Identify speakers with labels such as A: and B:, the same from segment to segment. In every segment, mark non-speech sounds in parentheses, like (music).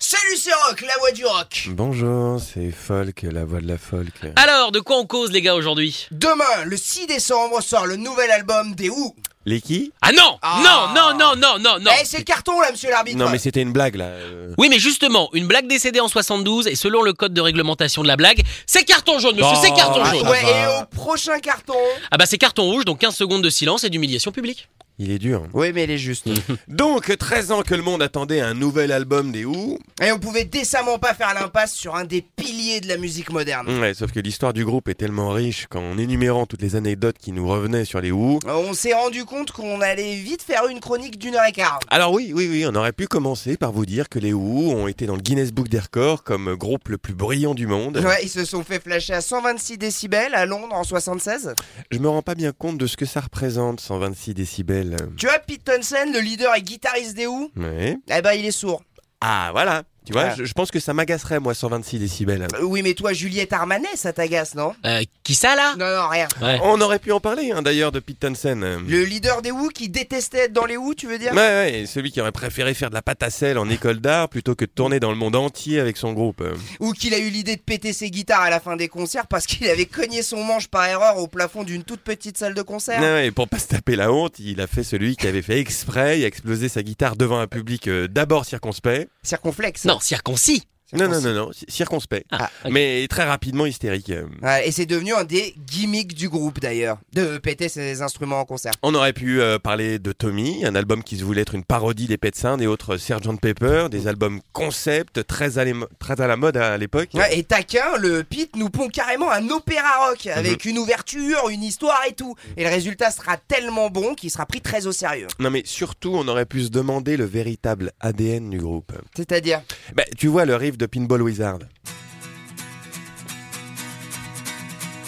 A: Salut, c'est Rock, la voix du rock.
B: Bonjour, c'est Folk, la voix de la folk.
C: Alors, de quoi on cause les gars aujourd'hui
A: Demain, le 6 décembre, sort le nouvel album des Who.
B: Les qui
C: Ah non
A: Ah.
C: Non, non, non, non, non, non
A: Eh, c'est le carton là, monsieur l'arbitre.
B: Non mais c'était une blague là. euh.
C: Oui, mais justement, une blague décédée en 72, et selon le code de réglementation de la blague, c'est carton jaune, monsieur,
B: Oh,
C: c'est carton
B: ah,
C: jaune
A: Ouais,
B: Ça va.
A: et au prochain carton.
C: Ah bah c'est carton rouge, donc 15 secondes de silence et d'humiliation publique.
B: Il est dur.
A: Oui, mais il est juste.
B: Donc 13 ans que le monde attendait un nouvel album des Who.
A: (laughs) Et on pouvait décemment pas faire l'impasse sur un des piliers de la musique moderne.
B: Ouais, sauf que l'histoire du groupe est tellement riche qu'en énumérant toutes les anecdotes qui nous revenaient sur les Who.
A: Euh, On s'est rendu compte qu'on allait vite faire une chronique d'une heure et quart.
B: Alors oui, oui, oui, on aurait pu commencer par vous dire que les Who ont été dans le Guinness Book des records comme groupe le plus brillant du monde.
A: Ouais, ils se sont fait flasher à 126 décibels à Londres en 76.
B: Je me rends pas bien compte de ce que ça représente 126 décibels.
A: Tu vois, Pete Townsend, le leader et guitariste des Who
B: Ouais.
A: Eh ben, il est sourd.
B: Ah voilà. Tu vois,
A: Ouais.
B: je, je pense que ça m'agacerait moi 126 décibels.
A: Euh, Oui, mais toi, Juliette Armanet, ça t'agace, non
C: Euh, qui ça là
A: Non, non, rien.
C: Ouais.
B: (laughs) On aurait pu en parler hein, d'ailleurs de Pete Townsend.
A: Le leader des Who qui détestait être dans les Who, tu veux dire
B: Ouais, ouais, et celui qui aurait préféré faire de la pâte à sel en école d'art plutôt que de tourner dans le monde entier avec son groupe. Euh,
A: Ou qu'il a eu l'idée de péter ses guitares à la fin des concerts parce qu'il avait cogné son manche par erreur au plafond d'une toute petite salle de concert
B: ouais, ouais, et pour pas se taper la honte, il a fait celui qui avait fait exprès et explosé sa guitare devant un public euh, d'abord circonspect.
A: Circonflexe.
C: Non, circoncis
B: Non, non, non, non, ci- circonspect.
C: Ah, ok.
B: Mais très rapidement hystérique. Euh,
A: Ouais, et c'est devenu un des gimmicks du groupe d'ailleurs, de péter ses instruments en concert.
B: On aurait pu euh, parler de Tommy, un album qui se voulait être une parodie des Pets Sounds et autres euh, Sgt Pepper,
C: Mm.
B: des albums concept très à, l'é- très à la mode à l'époque.
A: Ouais, et taquin, le Pete nous pond carrément un opéra rock avec une ouverture, une histoire et tout. Et le résultat sera tellement bon qu'il sera pris très au sérieux.
B: Non mais surtout, on aurait pu se demander le véritable ADN du groupe.
A: C'est-à-dire
B: Bah, tu vois le riff de Pinball Wizard.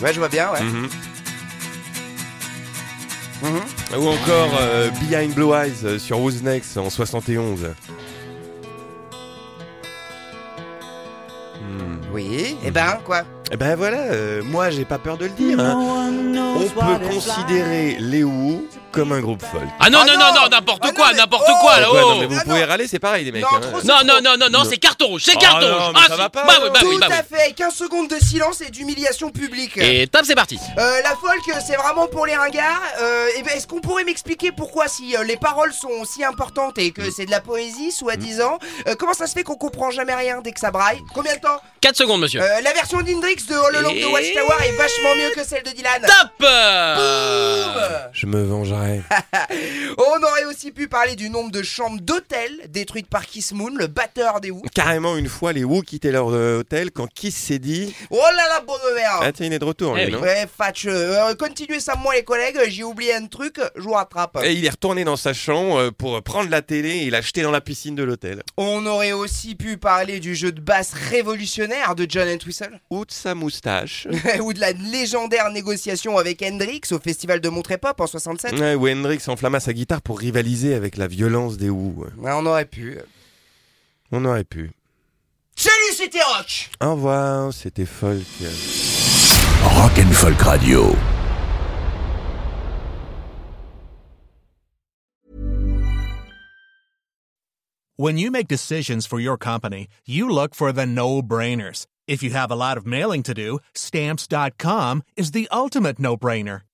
A: Ouais, je vois bien, ouais.
B: Mhm.
A: Mhm.
B: Ou encore euh, Behind Blue Eyes euh, sur Who's Next en 71. Hmm.
A: Oui, et ben quoi
B: Eh ben voilà, euh, moi j'ai pas peur de le dire. hein. On peut considérer les Who comme un groupe folk.
C: Ah non,
A: Ah
C: non,
A: non.
C: non, non, n'importe
A: Ah
C: quoi,
A: non, mais-
C: n'importe
A: oh.
C: quoi là
B: Pourquoi
C: oh.
B: non mais vous
A: Ah
B: pouvez
A: non.
B: râler, c'est pareil les mecs.
A: Non,
B: hein.
A: trop-
C: non, non, non, non, non,
B: Non.
C: c'est carton rouge, c'est
B: Ah
C: carton
B: non,
C: rouge
B: mais ça
C: si.
B: va pas,
C: Bah oui, bah
A: Tout
C: oui, bah
A: à
C: oui
A: fait, 15 secondes de silence et d'humiliation publique.
C: Et top, c'est parti
A: Euh, la folk, euh, c'est vraiment pour les ringards. Euh, eh ben, Est-ce qu'on pourrait m'expliquer pourquoi, si euh, les paroles sont aussi importantes et
C: Mm.
A: que c'est de la poésie, soi-disant, euh, comment ça se fait qu'on comprend jamais rien dès que ça braille Combien de temps
C: 4 secondes, monsieur
A: Euh, La version d'Indrix de All Along
C: Et-
A: de Watchtower est vachement mieux que celle de Dylan.
C: Top euh,
A: Boum
B: Je me vengerai.
A: On aurait aussi pu parler du nombre de chambres d'hôtel détruites par Kiss Moon, le batteur des Who.
B: (laughs) Carrément une fois les Who quittaient leur euh, hôtel quand Kiss s'est dit
A: Oh là là, bonne merde
B: Ah tiens il est de retour
C: Eh
B: lui,
C: oui.
B: non
A: Ouais, fâcheux. Euh, continuez ça, moi, les collègues. J'ai oublié un truc, je vous rattrape.
B: Et il est retourné dans sa chambre euh, pour prendre la télé et la jeter dans la piscine de l'hôtel.
A: On aurait aussi pu parler du jeu de basse révolutionnaire de John Entwistle (laughs)
B: Ou de sa moustache.
A: ou de la légendaire négociation avec Hendrix au festival de Montrépop en 67.
B: (laughs) Ouais, où Hendrix enflamma sa guitare pour rivaliser avec la violence des Who.
A: Ouais, on aurait pu.
B: On aurait pu.
A: Salut, c'était Rock
B: Au revoir, c'était folk.
D: Rock and Folk Radio.
E: When you make decisions for your company, you look for the no brainers. If you have a lot of mailing to do, stamps.com is the ultimate no brainer.